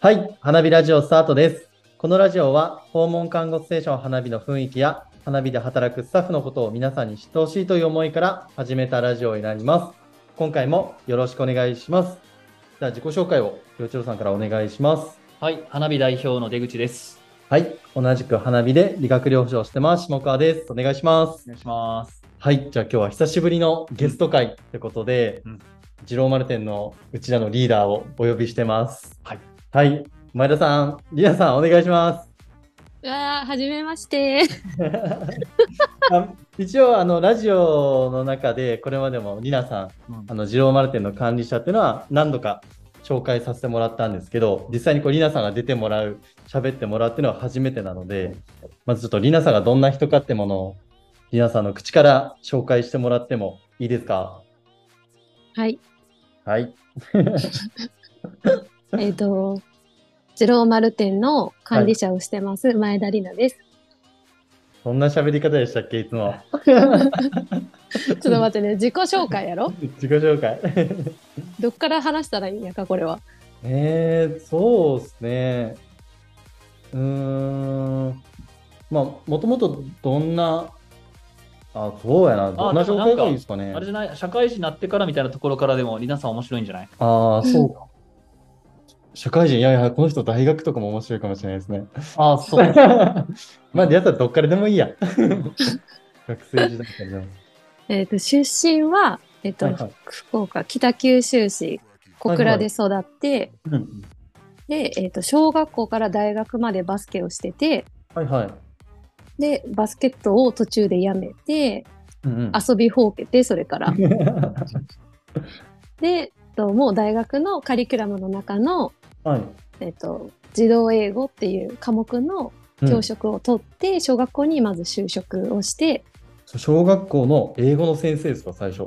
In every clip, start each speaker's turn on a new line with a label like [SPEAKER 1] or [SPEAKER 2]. [SPEAKER 1] はい、花火ラジオスタートです。このラジオは訪問看護ステーション花火の雰囲気や花火で働くスタッフのことを皆さんに知ってほしいという思いから始めたラジオになります。今回もよろしくお願いします。じゃあ自己紹介をよちろさんからお願いします。
[SPEAKER 2] はい、花火代表の出口です。
[SPEAKER 1] はい、同じく花火で理学療法士をしてます下川です。お願いします
[SPEAKER 2] お。願いします。
[SPEAKER 1] はい、じゃあ今日は久しぶりのゲスト会ということで、
[SPEAKER 2] うん
[SPEAKER 1] 二郎丸店のうちらのリーダーをお呼びしてます。
[SPEAKER 2] はい。
[SPEAKER 1] はい、前田さん、リアさんお願いします。
[SPEAKER 3] うわー、はじめまして。
[SPEAKER 1] あ一応あのラジオの中でこれまでもニナさん
[SPEAKER 2] うん
[SPEAKER 1] あの二郎丸店の管理者っていうのは何度か紹介させてもらったんですけど実際にこうリナさんが出てもらう喋ってもらうっていうのは初めてなのでまずちょっとリナさんがどんな人かってものをリナさんの口から紹介してもらってもいいですか
[SPEAKER 3] はい。
[SPEAKER 1] はい
[SPEAKER 3] えっ、と、ジローマル店の管理者をしてます、前田里奈 です。
[SPEAKER 1] そんな喋り方でしたっけいつも
[SPEAKER 3] ちょっと待ってね、自己紹介やろ
[SPEAKER 1] 自己紹介
[SPEAKER 3] どっから話したらいいんやか、これは。
[SPEAKER 1] えー、そうですね。うーん。まあ、もともとどんな、あ、そうやな。どんな
[SPEAKER 2] でも
[SPEAKER 1] 紹
[SPEAKER 2] なん
[SPEAKER 1] 介
[SPEAKER 2] か
[SPEAKER 1] がいいですかね。
[SPEAKER 2] あれじゃない、社会人になってからみたいなところからでも、リナさん面白いんじゃない
[SPEAKER 1] ああ、そうか。社会人、いやいや、この人大学とかも面白いかもしれないです ね。
[SPEAKER 2] ああ、そう。
[SPEAKER 1] まあ、出会ったらどっからでもいい や。学生時代からでも。
[SPEAKER 3] えっ、と、出身は、えっ、と、
[SPEAKER 1] はいはい
[SPEAKER 3] 福岡、北九州市小倉で育って、
[SPEAKER 1] うん
[SPEAKER 3] で、えっ、と、小学校から大学までバスケをしてて、
[SPEAKER 1] はいはい。
[SPEAKER 3] で、バスケットを途中でやめて、
[SPEAKER 1] うんうん
[SPEAKER 3] 遊びほうけて、それから。で、えっともう大学のカリキュラムの中の、
[SPEAKER 1] はい。
[SPEAKER 3] えっと、児童英語っていう科目の
[SPEAKER 1] うん
[SPEAKER 3] 教職を取って、小学校にまず就職をして、
[SPEAKER 1] そう小学校の英語の先生ですか、最初。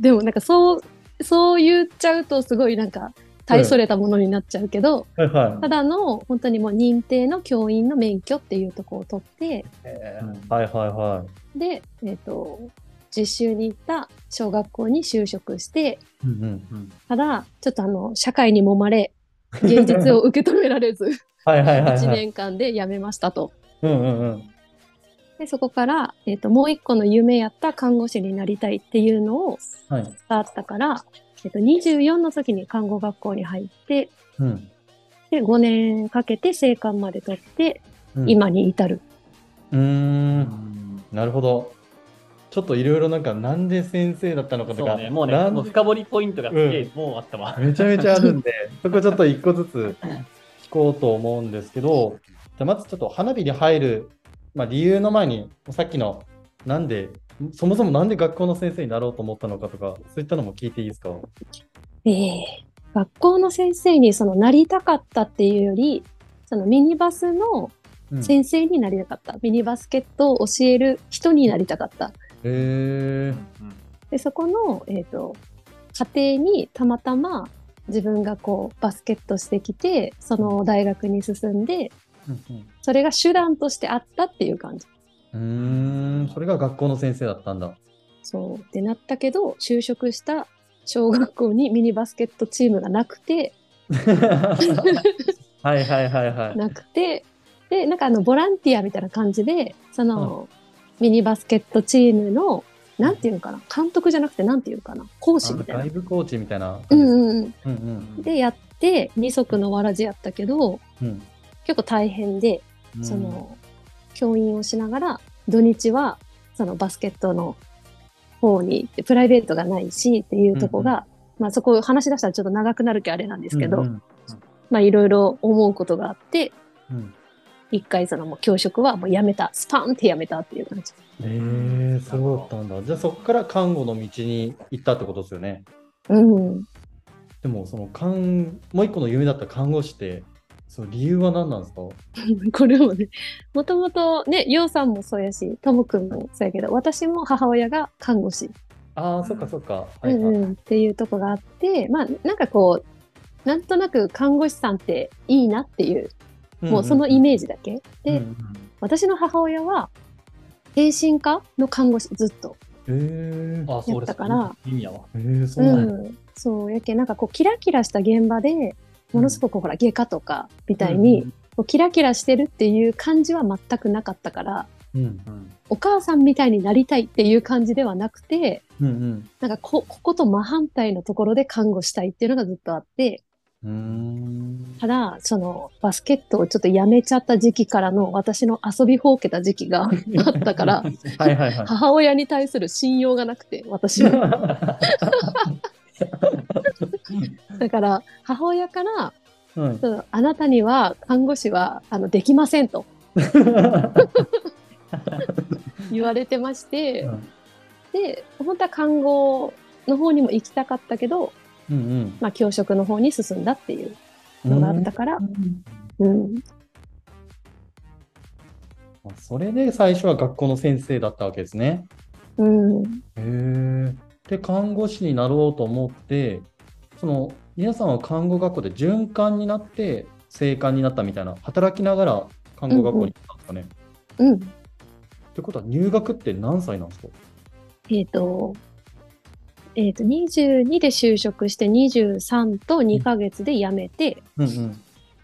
[SPEAKER 3] でもなんかそう、そう言っちゃうとすごいなんか大それたものになっちゃうけど、
[SPEAKER 1] はいは
[SPEAKER 3] ただの本当にもう認定の教員の免許っていうとこを取って、
[SPEAKER 1] い。はいはいはい。
[SPEAKER 3] で、えっと、実習に行った小学校に就職して、
[SPEAKER 1] うんうん、
[SPEAKER 2] うん
[SPEAKER 3] ただ、ちょっとあの、社会に揉まれ、現実を受け止められず、
[SPEAKER 1] はいはいはい、はい。
[SPEAKER 3] 1年間で辞めましたと。
[SPEAKER 1] うんうんうん。
[SPEAKER 3] でそこから、えっともう一個の夢やった看護師になりたいっていうのを
[SPEAKER 1] はい。
[SPEAKER 3] あったから、えっと24の時に看護学校に入って
[SPEAKER 1] うん。
[SPEAKER 3] で5年かけて生還まで取って
[SPEAKER 1] うん。
[SPEAKER 3] 今に至る。
[SPEAKER 1] うーん。なるほど。ちょっといろいろなんか、なんで先生だったのかと
[SPEAKER 2] そ
[SPEAKER 1] か、
[SPEAKER 2] うね、もう
[SPEAKER 1] な
[SPEAKER 2] ね、
[SPEAKER 1] ん
[SPEAKER 2] もう深掘りポイントがすげえ、もうあったわ。
[SPEAKER 1] めちゃめちゃあるんで、そこちょっと一個ずつ聞こうと思うんですけど、じゃあまずちょっと花火に入る、まあ、理由の前に、さっきの、なんで、そもそもなんで学校の先生になろうと思ったのかとか、そういったのも聞いていいですか
[SPEAKER 3] えー学校の先生にそのなりたかったっていうよりそのミニバスの
[SPEAKER 1] うん
[SPEAKER 3] 先生になりたかった、ミニバスケットを教える人になりたかった
[SPEAKER 1] へ
[SPEAKER 3] でそこの、えー、と家庭にたまたま自分がこうバスケットしてきてその大学に進んで
[SPEAKER 1] ー。
[SPEAKER 3] それが手段としてあったっていう感じ
[SPEAKER 1] うーん、それが学校の先生だったんだ。
[SPEAKER 3] そうってなったけど就職した小学校にミニバスケットチームがなくて
[SPEAKER 1] はいはいはいはい。
[SPEAKER 3] なくてでなんかあのボランティアみたいな感じでその、ミニバスケットチームのなんていうのかな監督じゃなくてなんていうのかな講師みたいな
[SPEAKER 1] 外。部コーチみたいな。
[SPEAKER 3] うん
[SPEAKER 1] うん
[SPEAKER 3] うんうん
[SPEAKER 1] うん
[SPEAKER 3] でやって二足のわらじやったけど
[SPEAKER 1] うん
[SPEAKER 3] 結構大変で
[SPEAKER 1] うん
[SPEAKER 3] その教員をしながら土日はそのバスケットの方に行ってプライベートがないしっていうとこが、まあ、そこ話し出したらちょっと長くなるけどあれなんですけど、
[SPEAKER 1] うん
[SPEAKER 3] まあいろいろ思うことがあって
[SPEAKER 1] うん
[SPEAKER 3] 一回そのもう教職はもうやめたスパンってやめたっていう感じ
[SPEAKER 1] うんえー、そうだったんだ。じゃあそこから看護の道に行ったってことですよね。
[SPEAKER 3] うん
[SPEAKER 1] でもその看もう一個の夢だった看護師って、その理由は何なんですか？
[SPEAKER 3] これもねもともとねようさんもそうやしともくんもそうやけど私も母親が看護師、
[SPEAKER 1] ああ、そっかそっか。はいは
[SPEAKER 3] う
[SPEAKER 1] い。
[SPEAKER 3] んうん、っていうとこがあってまあなんかこうなんとなく看護師さんっていいなっていうもうそのイ
[SPEAKER 1] ー
[SPEAKER 3] メージだけ。
[SPEAKER 1] ジ
[SPEAKER 3] で、私の母親は、精神科の看護師、ずっと。
[SPEAKER 1] えー、あ
[SPEAKER 2] あ、そ
[SPEAKER 3] や
[SPEAKER 2] う
[SPEAKER 3] っ
[SPEAKER 2] で
[SPEAKER 3] た
[SPEAKER 2] す
[SPEAKER 3] から。
[SPEAKER 2] 意味やわ。
[SPEAKER 1] えー、そううなんだ。
[SPEAKER 3] ん。そう、やけん、なんかこう、キラキラした現場で、ものすごくほら、外科とかみたいに、こうキラキラしてるっていう感じは全くなかったから、
[SPEAKER 1] うん
[SPEAKER 2] うん
[SPEAKER 3] お母さんみたいになりたいっていう感じではなくて、
[SPEAKER 1] うん
[SPEAKER 3] なんかこ、ここと真反対のところで看護したいっていうのがずっとあって、
[SPEAKER 1] うんうん
[SPEAKER 3] ただ、その、バスケットをちょっとやめちゃった時期からの私の遊びほうけた時期 があったから、
[SPEAKER 1] はいはいはい
[SPEAKER 3] 母親に対する信用がなくて、私は。 だから、母親から、
[SPEAKER 1] うん
[SPEAKER 3] そのあなたには看護師はあのできませんと言われてまして、で、本当は看護の方にも行きたかったけど、
[SPEAKER 1] うん
[SPEAKER 3] まあ、教職の方に進んだっていう
[SPEAKER 1] うん
[SPEAKER 3] のがあったから、うん、
[SPEAKER 1] あそれで最初は学校の先生だったわけですね。
[SPEAKER 3] うん、
[SPEAKER 1] へえ。で、看護師になろうと思って、その、皆さんは看護学校で循環になって、生還になったみたいな、働きながら看護学校に行ったんですかね。
[SPEAKER 3] うん。
[SPEAKER 1] ってことは、入学って何歳なんですか
[SPEAKER 3] えっ、と、えっ、と、22で就職して23と2ヶ月で辞めて、
[SPEAKER 1] うんうん。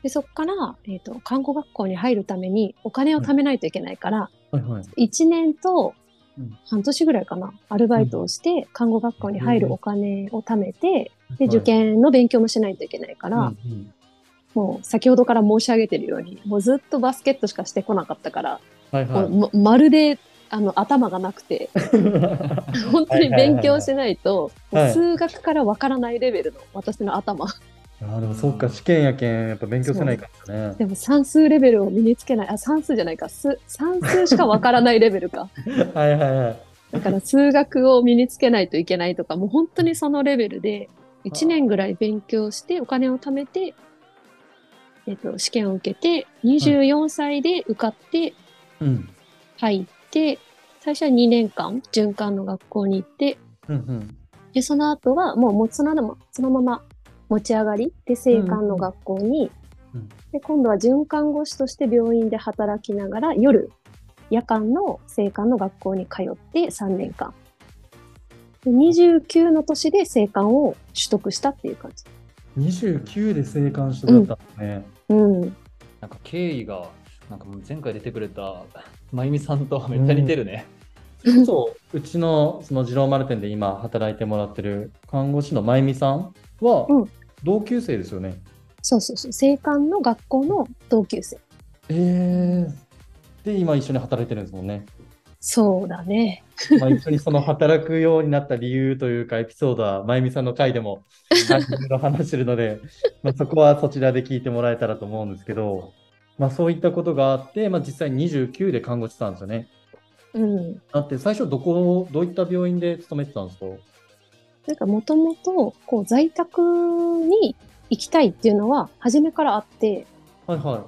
[SPEAKER 3] でそこから、えっ、と、看護学校に入るためにお金を貯めないといけないから、
[SPEAKER 1] はいはい。
[SPEAKER 3] 1年と
[SPEAKER 1] うん
[SPEAKER 3] 半年ぐらいかな、アルバイトをして、看護学校に入るお金を貯めて、で、受験の勉強もしないといけないから、
[SPEAKER 1] はいうんうん
[SPEAKER 3] もう先ほどから申し上げてるように、もうずっとバスケットしかしてこなかったから、
[SPEAKER 1] はいはい。
[SPEAKER 3] もうままるで、あの、頭がなくて、本当に勉強しないと、
[SPEAKER 1] はいはいはいはい
[SPEAKER 3] もう数学からわからないレベルの私の頭。
[SPEAKER 1] あでもそっか、試験やけん、やっぱ勉強せないからね。
[SPEAKER 3] でも算数レベルを身につけない、あ、算数じゃないか、す算数しかわからないレベル か。
[SPEAKER 1] はいはいはい。
[SPEAKER 3] だから数学を身につけないといけないとか、もう本当にそのレベルで、1年ぐらい勉強してお金を貯めて、えっと、試験を受けて、24歳で受かって
[SPEAKER 1] うん。
[SPEAKER 3] 入って、最初は2年間、循環の学校に行って、
[SPEAKER 1] うんうん。
[SPEAKER 3] で、その後は、もうもうそのまま、そのまま持ち上がりで、生還の学校に、
[SPEAKER 1] うん
[SPEAKER 3] で、今度は准看護師として病院で働きながら、夜、夜間の生還の学校に通って3年間。で29の年で生還を取得したっていう感じ。
[SPEAKER 1] 29で生還してだったのね。
[SPEAKER 3] うん。
[SPEAKER 2] なんか経緯が、なんかもう前回出てくれた、まゆみさんとめっちゃ似てるね。
[SPEAKER 1] そう、うちのその二郎丸店で今働いてもらってる看護師のまゆみさんは
[SPEAKER 3] うん
[SPEAKER 1] 同級生ですよね。
[SPEAKER 3] そうそうそう。生還の学校の同級生。
[SPEAKER 1] ええで、今一緒に働いてるんですもんね。
[SPEAKER 3] そうだね。
[SPEAKER 1] まあ一緒にその働くようになった理由というか、エピソードはまゆみさんの回で もあいろいろ話してるので、まあ、そこはそちらで聞いてもらえたらと思うんですけど、まあ、そういったことがあって、まあ、実際29で看護師さんですよね。
[SPEAKER 3] うん。
[SPEAKER 1] だって最初どこ、どういった病院で勤めてたんですか
[SPEAKER 3] なんかもともと、こう、在宅に行きたいっていうのは、初めからあって、
[SPEAKER 1] はいは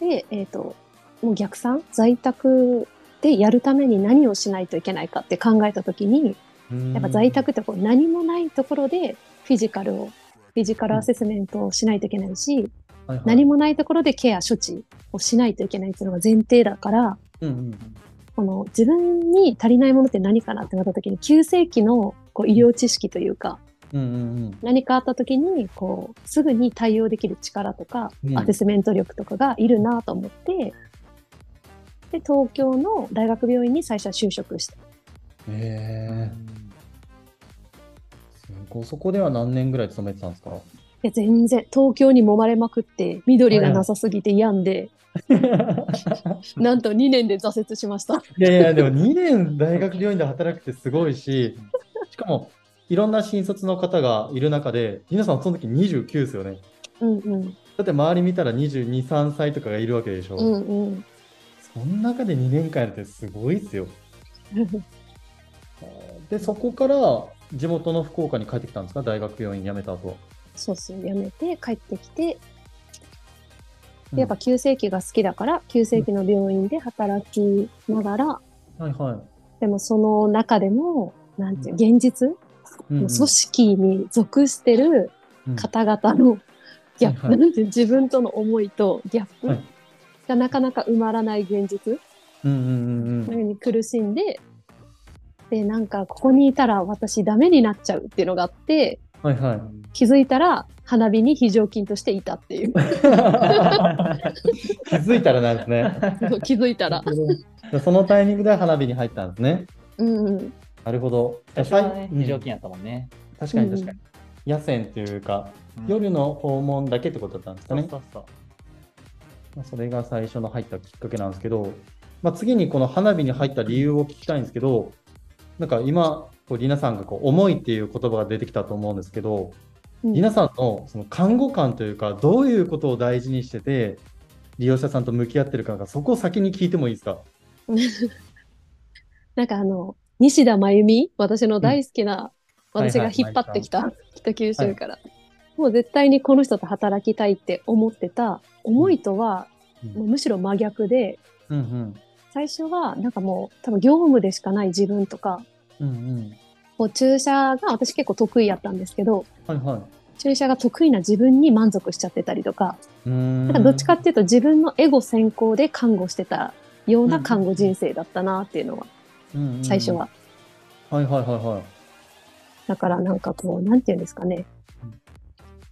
[SPEAKER 3] で、えっ、と、もう逆算在宅でやるために何をしないといけないかって考えたときに、
[SPEAKER 1] い。うーん
[SPEAKER 3] やっぱ在宅ってこう何もないところでフィジカルを、フィジカルアセスメントをしないといけないし、
[SPEAKER 1] はいはい
[SPEAKER 3] 何もないところでケア、処置をしないといけないっていうのが前提だから、
[SPEAKER 1] うんうん
[SPEAKER 3] この自分に足りないものって何かなってなったときに、急性期のこう医療知識というか、
[SPEAKER 1] うんうん
[SPEAKER 3] 何かあったときに、こう、すぐに対応できる力とか
[SPEAKER 1] う、ん
[SPEAKER 3] アセスメント力とかがいるなと思って、で、東京の大学病院に最初は就職した。
[SPEAKER 1] うん。へえすごいそこでは何年ぐらい勤めてたんですか
[SPEAKER 3] で全然、東京に揉まれまくって、緑がなさすぎて病ん で、なんと2年で挫折しました。
[SPEAKER 1] いやいや、でも2年大学病院で働くってすごいし、しかもいろんな新卒の方がいる中で、皆さんその時29ですよね。
[SPEAKER 3] うんうん。
[SPEAKER 1] だって周り見たら22、3歳とかがいるわけでしょ。
[SPEAKER 3] うんうん。
[SPEAKER 1] その中で2年間やるってすごいですよ。で、そこから地元の福岡に帰ってきたんですか、大学病院辞めた後は。
[SPEAKER 3] そうそう、辞めて帰ってきて、
[SPEAKER 1] うん
[SPEAKER 3] やっぱ急性期が好きだから、急性期の病院で働きながら、
[SPEAKER 1] はいは
[SPEAKER 3] でもその中でも、なんていう、現実
[SPEAKER 1] い。うんうん
[SPEAKER 3] もう組織に属してる
[SPEAKER 1] うん
[SPEAKER 3] 方々のギャップ、
[SPEAKER 1] はいは
[SPEAKER 3] なんていう自分との思いとギャッ
[SPEAKER 1] は
[SPEAKER 3] プ
[SPEAKER 1] い
[SPEAKER 3] がなかなか埋まらない現実
[SPEAKER 1] うんうんうんうん。
[SPEAKER 3] に苦しんで、で、なんかここにいたら私ダメになっちゃうっていうのがあって、
[SPEAKER 1] はいはい。
[SPEAKER 3] 気づいたら花火に非常勤としていたって いう
[SPEAKER 1] 気づいたらなんですね。
[SPEAKER 3] そう気づいたら
[SPEAKER 1] そのタイミングで花火に入ったんですね。
[SPEAKER 3] うんうん
[SPEAKER 1] なるほど。
[SPEAKER 2] 最初はね
[SPEAKER 1] うん
[SPEAKER 2] 非常勤やったもんね。
[SPEAKER 1] 確かに確かに。夜戦というか、
[SPEAKER 2] うん
[SPEAKER 1] 夜の訪問だけってことだったんですか
[SPEAKER 2] そう
[SPEAKER 1] ね。
[SPEAKER 2] そうそう。
[SPEAKER 1] まあそれが最初の入ったきっかけなんですけど、まあ、次にこの花火に入った理由を聞きたいんですけど、なんか今、こうリナさんがこう思いっていう言葉が出てきたと思うんですけど、
[SPEAKER 3] うん
[SPEAKER 1] リナさんのその看護官というか、どういうことを大事にしてて、利用者さんと向き合ってるかが、そこを先に聞いてもいいですか。
[SPEAKER 3] なんかあの、西田真由美、私の大好きな、
[SPEAKER 1] うん
[SPEAKER 3] 私が
[SPEAKER 1] はいはい
[SPEAKER 3] 引っ張ってきた、北九州から、もう絶対にこの人と働きたいって思ってた思いとは、
[SPEAKER 1] うん
[SPEAKER 3] もうむしろ真逆で、
[SPEAKER 1] うんうん
[SPEAKER 3] 最初はなんかもう多分業務でしかない自分とか、
[SPEAKER 1] うん
[SPEAKER 3] こう注射が私結構得意やったんですけど、
[SPEAKER 1] うん。はいはい。
[SPEAKER 3] 注射が得意な自分に満足しちゃってたりとか、
[SPEAKER 1] うーん
[SPEAKER 3] なんかどっちかっていうと自分のエゴ先行で看護してたような看護人生だったなっていうのは、
[SPEAKER 1] うんうん
[SPEAKER 3] 最初は。
[SPEAKER 1] はいはいはいはい。
[SPEAKER 3] だからなんかこう、なんていうんですかね
[SPEAKER 1] うん。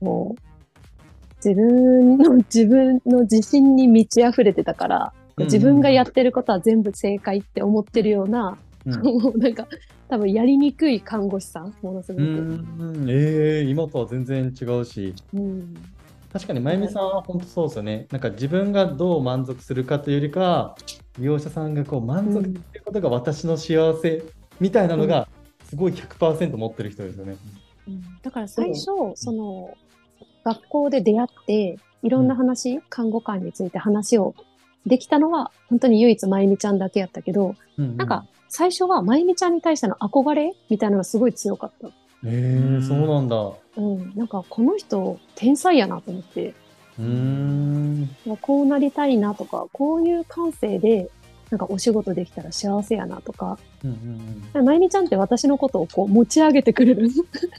[SPEAKER 3] こう、自分の、自分の自信に満ち溢れてたから、
[SPEAKER 1] うん
[SPEAKER 3] 自分がやってることは全部正解って思ってるような、
[SPEAKER 1] うん
[SPEAKER 3] もうなんか、多分やりにくい看護師さん、ものすごく。
[SPEAKER 1] うん、ええ今とは全然違うし、
[SPEAKER 3] うん
[SPEAKER 1] 確かにまゆみさんは本当そうですよね。なんか自分がどう満足するかというよりか、利用者さんがこう満足っていうことが私の幸せみたいなのが、すごい100%持ってる人ですよね。
[SPEAKER 3] だから最初、その、学校で出会って、いろんな話、看護官について話をできたのは、本当に唯一まゆみちゃんだけやったけど、
[SPEAKER 1] うう
[SPEAKER 3] なんか、、最初は、まゆみちゃんに対しての憧れみたいなのがすごい強かった。
[SPEAKER 1] ええそうなんだ。う
[SPEAKER 3] うん。なんか、この人、天才やなと思って、
[SPEAKER 1] ーん、
[SPEAKER 3] なんかこうなりたいなとか、こういう感性で、なんかお仕事できたら幸せやなとか、
[SPEAKER 1] うんうん
[SPEAKER 3] まゆみちゃんって私のことをこう持ち上げてくれる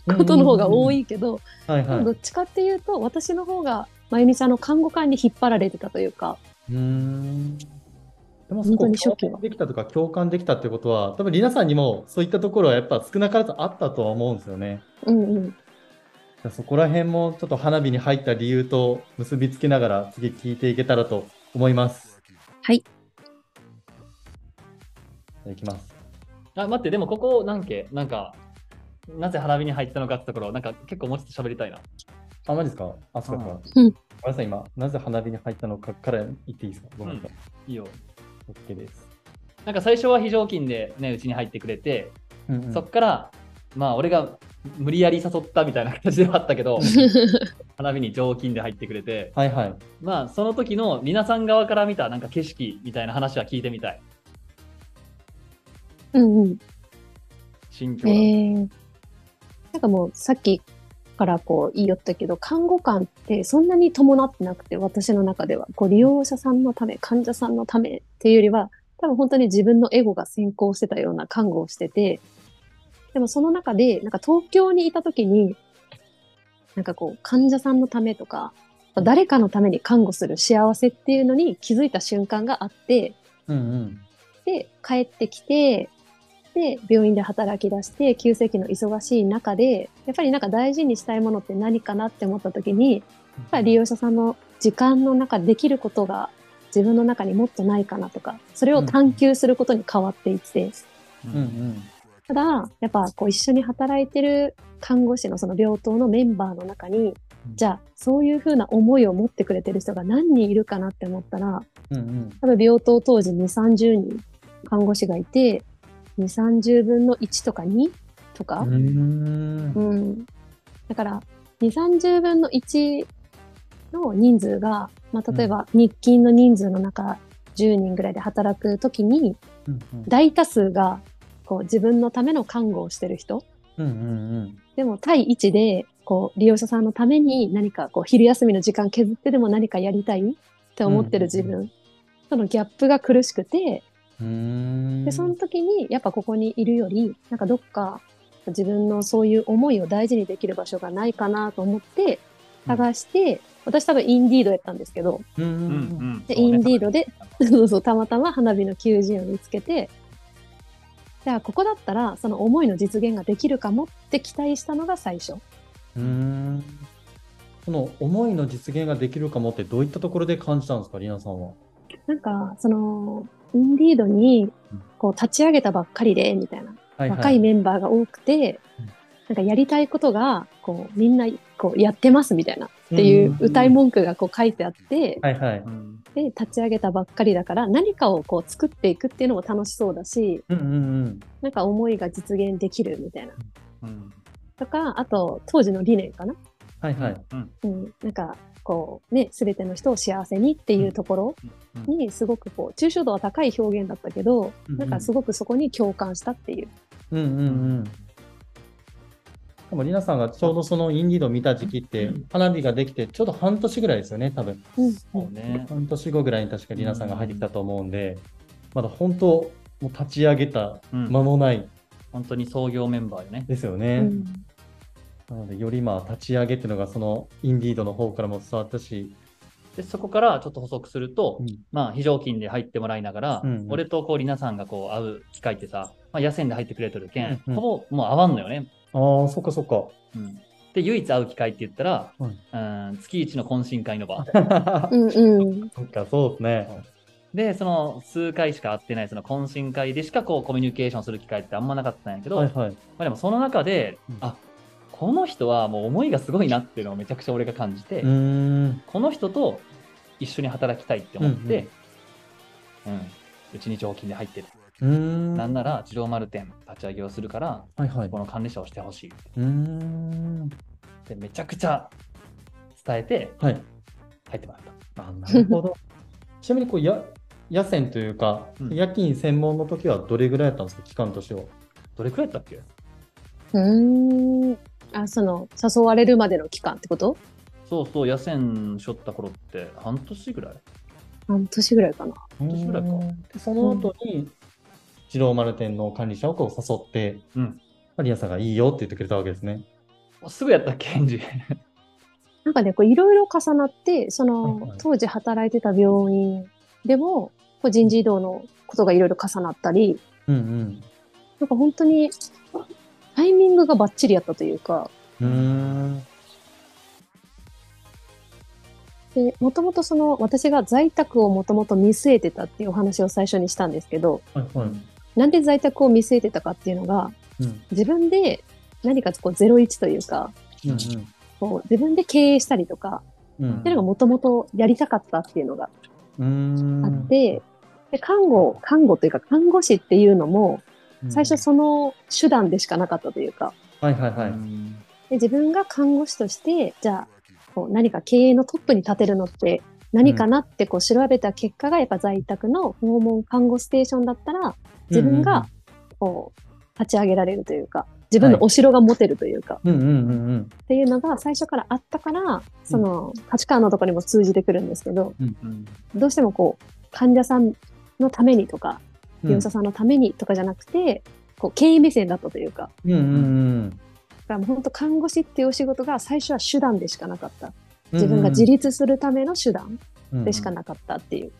[SPEAKER 1] う ん
[SPEAKER 3] ことの方が多。いけど、
[SPEAKER 1] はいはい。
[SPEAKER 3] どっ
[SPEAKER 1] う
[SPEAKER 3] ちかっていうと、私の方が、まゆみちゃんの看護官に引っ張られてたというか、
[SPEAKER 1] ーん。でもそ
[SPEAKER 3] 本当
[SPEAKER 1] こ
[SPEAKER 3] に初
[SPEAKER 1] 共
[SPEAKER 3] 期は
[SPEAKER 1] 感できたとか共感できたってことは、多分リナさんにもそういったところはやっぱ少なからずあったとは思うんですよね。
[SPEAKER 3] うんうん。
[SPEAKER 1] じゃあそこら辺もちょっと花火に入った理由と結びつけながら次聞いていけたらと思います。
[SPEAKER 3] はい。
[SPEAKER 1] じゃあいきます。
[SPEAKER 2] あ、待って、でもここ、なんけ、なんか、なぜ花火に入ったのかってところ、なんか結構もうちょっと喋りたいな。
[SPEAKER 1] あ、マジですかあ、そうかそうか。
[SPEAKER 3] うん
[SPEAKER 1] ごめんなさい、今、なぜ花火に入ったのかから言っていいですかごめんなさい。
[SPEAKER 2] いいよ。
[SPEAKER 1] OK です。
[SPEAKER 2] なんか最初は非常勤でね、うちに入ってくれて、
[SPEAKER 1] うんうん
[SPEAKER 2] そっから、まあ俺が無理やり誘ったみたいな形ではあったけど、 花火に常勤で入ってくれて、
[SPEAKER 1] はいはい。
[SPEAKER 2] まあその時の皆さん側から見たなんか景色みたいな話は聞いてみたい。
[SPEAKER 3] うんうん。
[SPEAKER 2] 心境
[SPEAKER 3] え
[SPEAKER 2] だ、
[SPEAKER 3] ー、なんかもうさっきからこう言いよったけど看護官ってそんなに伴ってなくて私の中ではこう利用者さんのため患者さんのためっていうよりは多分本当に自分のエゴが先行してたような看護をしててでもその中でなんか東京にいた時になんかこう患者さんのためとか誰かのために看護する幸せっていうのに気づいた瞬間があって、
[SPEAKER 1] うんうん。
[SPEAKER 3] で、帰ってきて、で、病院で働き出して、急性期の忙しい中で、やっぱりなんか大事にしたいものって何かなって思った時に、やっぱり利用者さんの時間の中でできることが自分の中にもっとないかなとか、それを探求することに変わっていって、
[SPEAKER 2] う
[SPEAKER 1] うんうんん。
[SPEAKER 3] ただ、やっぱこう一緒に働いてる看護師のその病棟のメンバーの中に、じゃあそういうふうな思いを持ってくれてる人が何人いるかなって思ったら、
[SPEAKER 1] うんうん。
[SPEAKER 3] 多分病棟当時2、30人看護師がいて、2、30分の1とか2とか、
[SPEAKER 1] うーん
[SPEAKER 3] うん。だから、2、30分の1の人数が、まあ、例えば日勤の人数の中、10人ぐらいで働くときに、
[SPEAKER 1] うん
[SPEAKER 3] 大多数が、こう、自分のための看護をしてる人。
[SPEAKER 1] うんうん
[SPEAKER 3] でも、対一で、こう、利用者さんのために何か、こう、昼休みの時間削ってでも何かやりたいって思ってる自分。そのギャップが苦しくて、
[SPEAKER 1] うん。うーん
[SPEAKER 3] で、その時に、やっぱここにいるより、なんかどっか自分のそういう思いを大事にできる場所がないかなと思って、探して、私多分インディードやったんですけど、
[SPEAKER 1] うんう
[SPEAKER 2] うんうんん
[SPEAKER 3] で
[SPEAKER 2] そうね
[SPEAKER 3] インディードでそうそう、たまたま花火の求人を見つけて、じゃあここだったらその思いの実現ができるかもって期待したのが最初。
[SPEAKER 1] うーんその思いの実現ができるかもってどういったところで感じたんですか、りなさんは。
[SPEAKER 3] なんか、その、インディードに
[SPEAKER 1] うん、
[SPEAKER 3] こう、立ち上げたばっかりで、みたいな、
[SPEAKER 1] は
[SPEAKER 3] 若いメンバーが多くて
[SPEAKER 1] うん、
[SPEAKER 3] なんかやりたいことが、こう、みんな、こう、やってます、みたいな、っていう
[SPEAKER 1] うん
[SPEAKER 3] 歌い文句がこう書いてあって、
[SPEAKER 1] はいはい。
[SPEAKER 2] うん
[SPEAKER 3] で、立ち上げたばっかりだから、何かをこう、作っていくっていうのも楽しそうだし、
[SPEAKER 1] うんうんうん。
[SPEAKER 3] なんか思いが実現できる、みたいな。
[SPEAKER 2] うん
[SPEAKER 3] とか、あと、当時の理念かな。
[SPEAKER 1] はいはい。
[SPEAKER 2] うん
[SPEAKER 3] うん、なんかこうね、すべての人を幸せにっていうところ
[SPEAKER 2] うん
[SPEAKER 3] にすごくこう、抽象度は高い表現だったけど、なんかすごくそこに共感したっていう。
[SPEAKER 1] うんうんうん。でもりなさんがちょうどそのインディードを見た時期って、
[SPEAKER 2] うん
[SPEAKER 1] 花火ができてちょうど半年ぐらいですよね、多分。
[SPEAKER 3] うん、
[SPEAKER 2] そうね。
[SPEAKER 1] 半年後ぐらいに確かりなさんが入ってきたと思うんで、まだ本当、もう立ち上げた
[SPEAKER 2] うん
[SPEAKER 1] 間もない
[SPEAKER 2] 本当に創業メンバーよね。
[SPEAKER 1] ですよ
[SPEAKER 3] う
[SPEAKER 1] ね。
[SPEAKER 3] ん
[SPEAKER 1] なので、よりまあ立ち上げっていうのがそのインディードの方からも伝わったし、
[SPEAKER 2] で、そこからちょっと補足すると、
[SPEAKER 1] うん
[SPEAKER 2] まあ、非常勤で入ってもらいながら、
[SPEAKER 1] うんうん
[SPEAKER 2] 俺とこう、りなさんがこう、会う機会ってさ、まあ、野戦で入ってくれてるけん、
[SPEAKER 1] うんうん
[SPEAKER 2] ほぼもう会わんのよね。
[SPEAKER 1] ああ、そっかそっか。
[SPEAKER 2] うんで、唯一会う機会って言ったら、
[SPEAKER 1] うん
[SPEAKER 2] うん月一の懇親会 の場。
[SPEAKER 3] うん、うん。
[SPEAKER 1] そっか、そうですね。
[SPEAKER 2] で、その数回しか会ってない、その懇親会でしかこう、コミュニケーションする機会ってあんまなかったんやけど、
[SPEAKER 1] はいはい。
[SPEAKER 2] まあ、でもその中で、
[SPEAKER 1] うん
[SPEAKER 2] あこの人はもう思いがすごいなっていうのをめちゃくちゃ俺が感じて、
[SPEAKER 1] うーん。
[SPEAKER 2] この人と一緒に働きたいって思って、うんうちに常勤で入ってる、
[SPEAKER 1] うーん。
[SPEAKER 2] なんなら自動丸店立ち上げをするから
[SPEAKER 1] はいはい。
[SPEAKER 2] こ
[SPEAKER 1] う
[SPEAKER 2] の管理者をしてほしいっ
[SPEAKER 1] ーん。
[SPEAKER 2] てめちゃくちゃ伝えて
[SPEAKER 1] はい。
[SPEAKER 2] 入ってもらった
[SPEAKER 1] あなる ほど。ちなみにこうや夜戦というか、
[SPEAKER 2] うん
[SPEAKER 1] 夜勤専門の時はどれぐらいだったんですか、期間としては。
[SPEAKER 2] どれくらいやったっけ
[SPEAKER 3] うーん。あ、その、誘われるまでの期間ってこと
[SPEAKER 2] そうそう野戦しょった頃って半年ぐらい
[SPEAKER 3] 半年ぐらいかな。
[SPEAKER 1] 半
[SPEAKER 2] 年ぐらいか
[SPEAKER 1] でその後に、二郎丸店の管理者をこう誘って、
[SPEAKER 2] うん
[SPEAKER 1] マリアさんがいいよって言ってくれたわけですね。
[SPEAKER 2] もうすぐやったっけエンジ
[SPEAKER 3] なんかね、こういろいろ重なって、そ
[SPEAKER 1] はい
[SPEAKER 3] の
[SPEAKER 1] はい、
[SPEAKER 3] 当時働いてた病院でも、個人児童のことがいろいろ重なったり、
[SPEAKER 1] うん
[SPEAKER 3] なんか本当に、タイミングがバッチリやったというか、
[SPEAKER 1] うん。うーん。
[SPEAKER 3] で、もともとその、私が在宅をもともと見据えてたっていうお話を最初にしたんですけど、
[SPEAKER 1] はいはい。
[SPEAKER 3] なんで在宅を見据えてたかっていうのが、
[SPEAKER 1] うん
[SPEAKER 3] 自分で何かこう01というか、
[SPEAKER 1] うん
[SPEAKER 3] こう自分で経営したりとか、
[SPEAKER 1] うん
[SPEAKER 3] っていうのがもともとやりたかったっていうのが
[SPEAKER 1] うん。
[SPEAKER 3] あって、で、看護、看護というか看護師っていうのも、
[SPEAKER 1] うん
[SPEAKER 3] 最初その手段でしかなかったというか、
[SPEAKER 1] はいはいはい。
[SPEAKER 2] うん
[SPEAKER 3] で自分が看護師として、じゃあ、こう何か経営のトップに立てるのって何かなってこう調べた結果がやっぱ在宅の訪問看護ステーションだったら、自分がこう立ち上げられるというか、自分のお城が持てるというか、
[SPEAKER 1] うんうんうんうん。
[SPEAKER 3] っていうのが最初からあったから、その価値観のところにも通じてくるんですけど、
[SPEAKER 2] うん
[SPEAKER 3] どうしてもこう、患者さんのためにとか、
[SPEAKER 1] うん
[SPEAKER 3] 業者さんのためにとかじゃなくて、こう、経営目線だったというか、
[SPEAKER 1] うんうん
[SPEAKER 3] だからもう本当看護師っていうお仕事が最初は手段でしかなかった。
[SPEAKER 1] うん。
[SPEAKER 3] 自分が自立するための手段でしか
[SPEAKER 1] ない。
[SPEAKER 3] なかったっていう。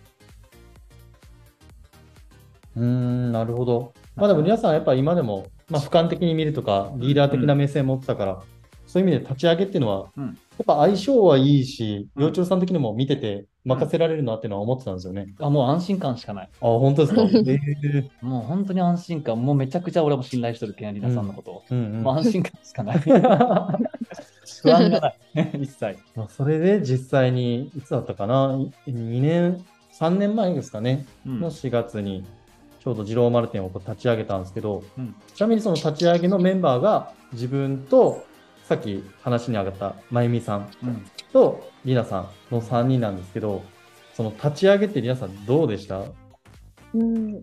[SPEAKER 1] うーん、なるほど。まあでも皆さんやっぱ今でも、まあ、俯瞰的に見るとか、リーダー的な目線持ってたから、そういう意味で立ち上げっていうのは、
[SPEAKER 2] うん
[SPEAKER 1] やっぱ相性はいいし、
[SPEAKER 2] うん
[SPEAKER 1] 幼鳥さん的にも見てて任せられるなっていうのは思ってたんですよね。
[SPEAKER 2] あもう安心感しかない
[SPEAKER 1] あ、本当ですか。えー
[SPEAKER 2] もう本当に安心感、もうめちゃくちゃ俺も信頼してるけん、リナさんのことを。
[SPEAKER 1] うんうん
[SPEAKER 2] もう安心感し かない。不安がない、 一切。
[SPEAKER 1] まあ、それで実際に、いつだったかな、い2年、3年前ですかね、
[SPEAKER 2] うん
[SPEAKER 1] の4月に、ちょうど二郎丸店をこう立ち上げたんですけど、
[SPEAKER 2] うん
[SPEAKER 1] ちなみにその立ち上げのメンバーが、自分と、さっき話に上がったまゆみさん
[SPEAKER 2] うん
[SPEAKER 1] とりなさんの3人なんですけど、その立ち上げってりなさんどうでした
[SPEAKER 3] うん。